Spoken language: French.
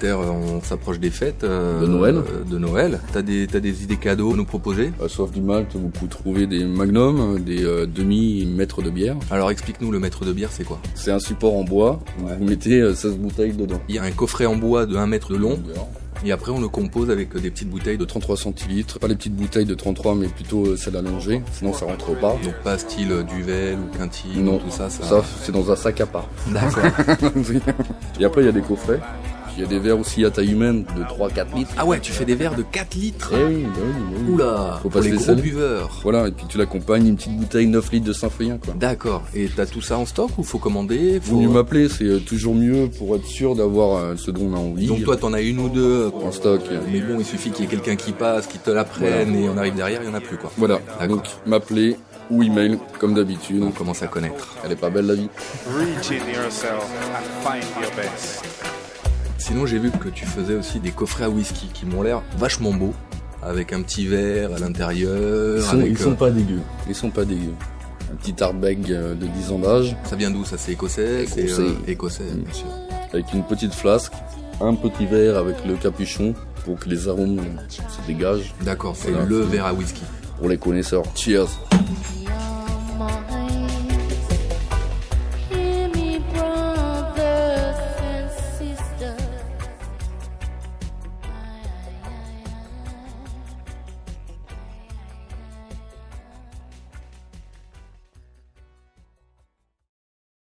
Terre, on s'approche des fêtes. euh, De Noël. euh, de Noël. T'as des, t'as des idées cadeaux à nous proposer Euh, Sauf du Malte, vous pouvez trouver des magnums, des euh, demi-mètres de bière. Alors explique-nous, le maître de bière, c'est quoi C'est un support en bois, vous mettez euh, 16 bouteilles dedans. Il y a un coffret en bois de 1 mètre de long, Longueur. et après on le compose avec des petites bouteilles de de 33 centilitres, pas les petites bouteilles de 33 mais plutôt euh, celles allongées, sinon ça rentre pas. Donc pas style euh, Duvel ou Quinty, Non, tout ça, ça. Ça c'est dans un sac à part. D'accord. Et après il y a des coffrets, il y a des verres aussi à taille humaine de 3-4 litres. ah ouais, tu fais des verres de 4 litres Eh oui, bah oui, bah oui. Oula Faut pas Pour se les laisser gros aller. buveurs Voilà, et puis tu l'accompagnes, une petite bouteille 9 litres de Saint-Feuillin quoi. D'accord. Et t'as tout ça en stock ou faut commander Vous faut... mieux m'appeler, c'est euh, toujours mieux pour être sûr d'avoir euh, ce dont on a envie. Donc toi t'en as une ou deux en stock. mais bon, il suffit qu'il y ait quelqu'un qui passe, qui te la prenne, et on arrive derrière, il n'y en a plus quoi. Voilà, D'accord. donc m'appeler ou email comme d'habitude. On commence à connaître. Elle est pas belle la vie. Reach in yourself and find your best. Sinon, j'ai vu que tu faisais aussi des coffrets à whisky qui m'ont l'air vachement beaux, avec un petit verre à l'intérieur. avec, euh, pas dégueux. Ils sont pas dégueux. Un petit hardbag euh, de 10 ans d'âge Ça vient d'où ça C'est écossais Écossais. C'est euh, écossais, Mm. bien sûr. avec une petite flasque, un petit verre avec le capuchon pour que les arômes euh, se dégagent D'accord, c'est Voilà. le verre à whisky. pour les connaisseurs. Cheers.